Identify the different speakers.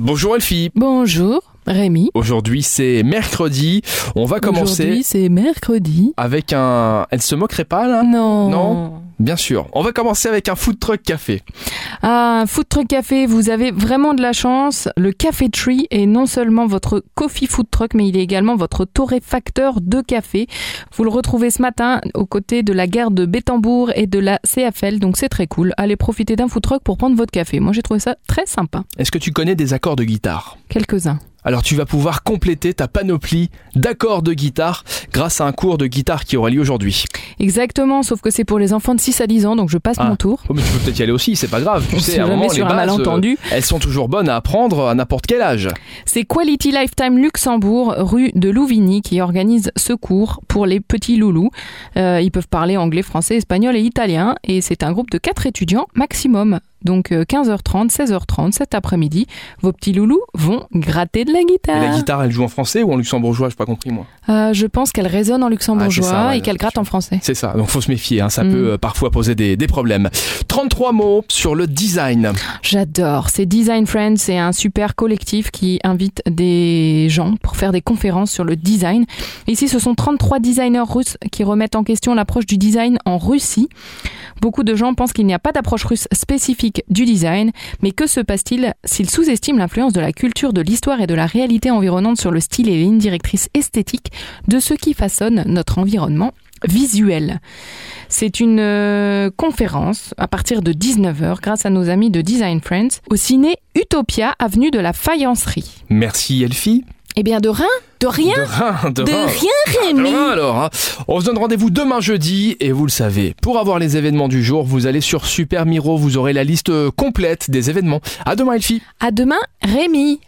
Speaker 1: Bonjour Elfie.
Speaker 2: Bonjour, Rémi.
Speaker 1: Aujourd'hui c'est mercredi. On va
Speaker 2: Aujourd'hui,
Speaker 1: commencer
Speaker 2: c'est mercredi.
Speaker 1: avec un. Elle se moquerait pas là
Speaker 2: Non.
Speaker 1: Non. Bien sûr. On va commencer avec un food truck café.
Speaker 2: Ah, Food Truck Café, vous avez vraiment de la chance. Le Café Tree est non seulement votre coffee food truck, mais il est également votre torréfacteur de café. Vous le retrouvez ce matin aux côtés de la gare de Bétambourg et de la CFL, donc c'est très cool. Allez profiter d'un food truck pour prendre votre café. Moi, j'ai trouvé ça très sympa.
Speaker 1: Est-ce que tu connais des accords de guitare
Speaker 2: Quelques-uns.
Speaker 1: Alors tu vas pouvoir compléter ta panoplie d'accords de guitare grâce à un cours de guitare qui aura lieu aujourd'hui.
Speaker 2: Exactement, sauf que c'est pour les enfants de 6 à 10 ans, donc je passe
Speaker 1: Ah.
Speaker 2: mon tour.
Speaker 1: Oh, mais tu peux peut-être y aller aussi, c'est pas grave. Tu
Speaker 2: On
Speaker 1: sais,
Speaker 2: sait
Speaker 1: à un
Speaker 2: jamais
Speaker 1: moment les
Speaker 2: sur un
Speaker 1: bases,
Speaker 2: malentendu. Euh.
Speaker 1: euh, elles sont toujours bonnes à apprendre à n'importe quel âge.
Speaker 2: C'est Quality Lifetime Luxembourg, rue de Louvigny, qui organise ce cours pour les petits loulous. Euh, ils peuvent parler anglais, français, espagnol et italien. Et c'est un groupe de 4 étudiants maximum. Donc euh, 15h30, 16h30 cet après-midi. Vos petits loulous vont gratter de la
Speaker 1: Et
Speaker 2: guitare.
Speaker 1: la guitare, elle joue en français ou en luxembourgeois, j'ai pas compris moi.
Speaker 2: Euh, je pense qu'elle résonne en luxembourgeois
Speaker 1: Ah, c'est ça, ouais,
Speaker 2: et qu'elle gratte en français.
Speaker 1: C'est ça, donc faut se méfier, hein, ça
Speaker 2: Mm.
Speaker 1: peut euh, parfois poser des, des problèmes. 33 mots sur le design.
Speaker 2: J'adore. C'est Design Friends, c'est un super collectif qui invite des gens pour faire des conférences sur le design. Ici, ce sont 33 designers russes qui remettent en question l'approche du design en Russie. Beaucoup de gens pensent qu'il n'y a pas d'approche russe spécifique du design, mais que se passe-t-il s'ils sous-estiment l'influence de la culture, de l'histoire et de la réalité environnante sur le style et les lignes directrices esthétiques de ce qui façonne notre environnement visuel. C'est une euh, conférence à partir de 19h grâce à nos amis de Design Friends au ciné Utopia, avenue de la Faïencerie.
Speaker 1: Merci Elfie.
Speaker 2: Eh bien, de rien De rien
Speaker 1: De rien, de,
Speaker 2: De
Speaker 1: rien.
Speaker 2: rien,
Speaker 1: De
Speaker 2: Rémi
Speaker 1: rien, alors. hein. On se donne rendez-vous demain jeudi et vous le savez, pour avoir les événements du jour, vous allez euh, sur Super Miro, vous aurez la liste complète des événements. À demain Elfie.
Speaker 2: À demain, Rémi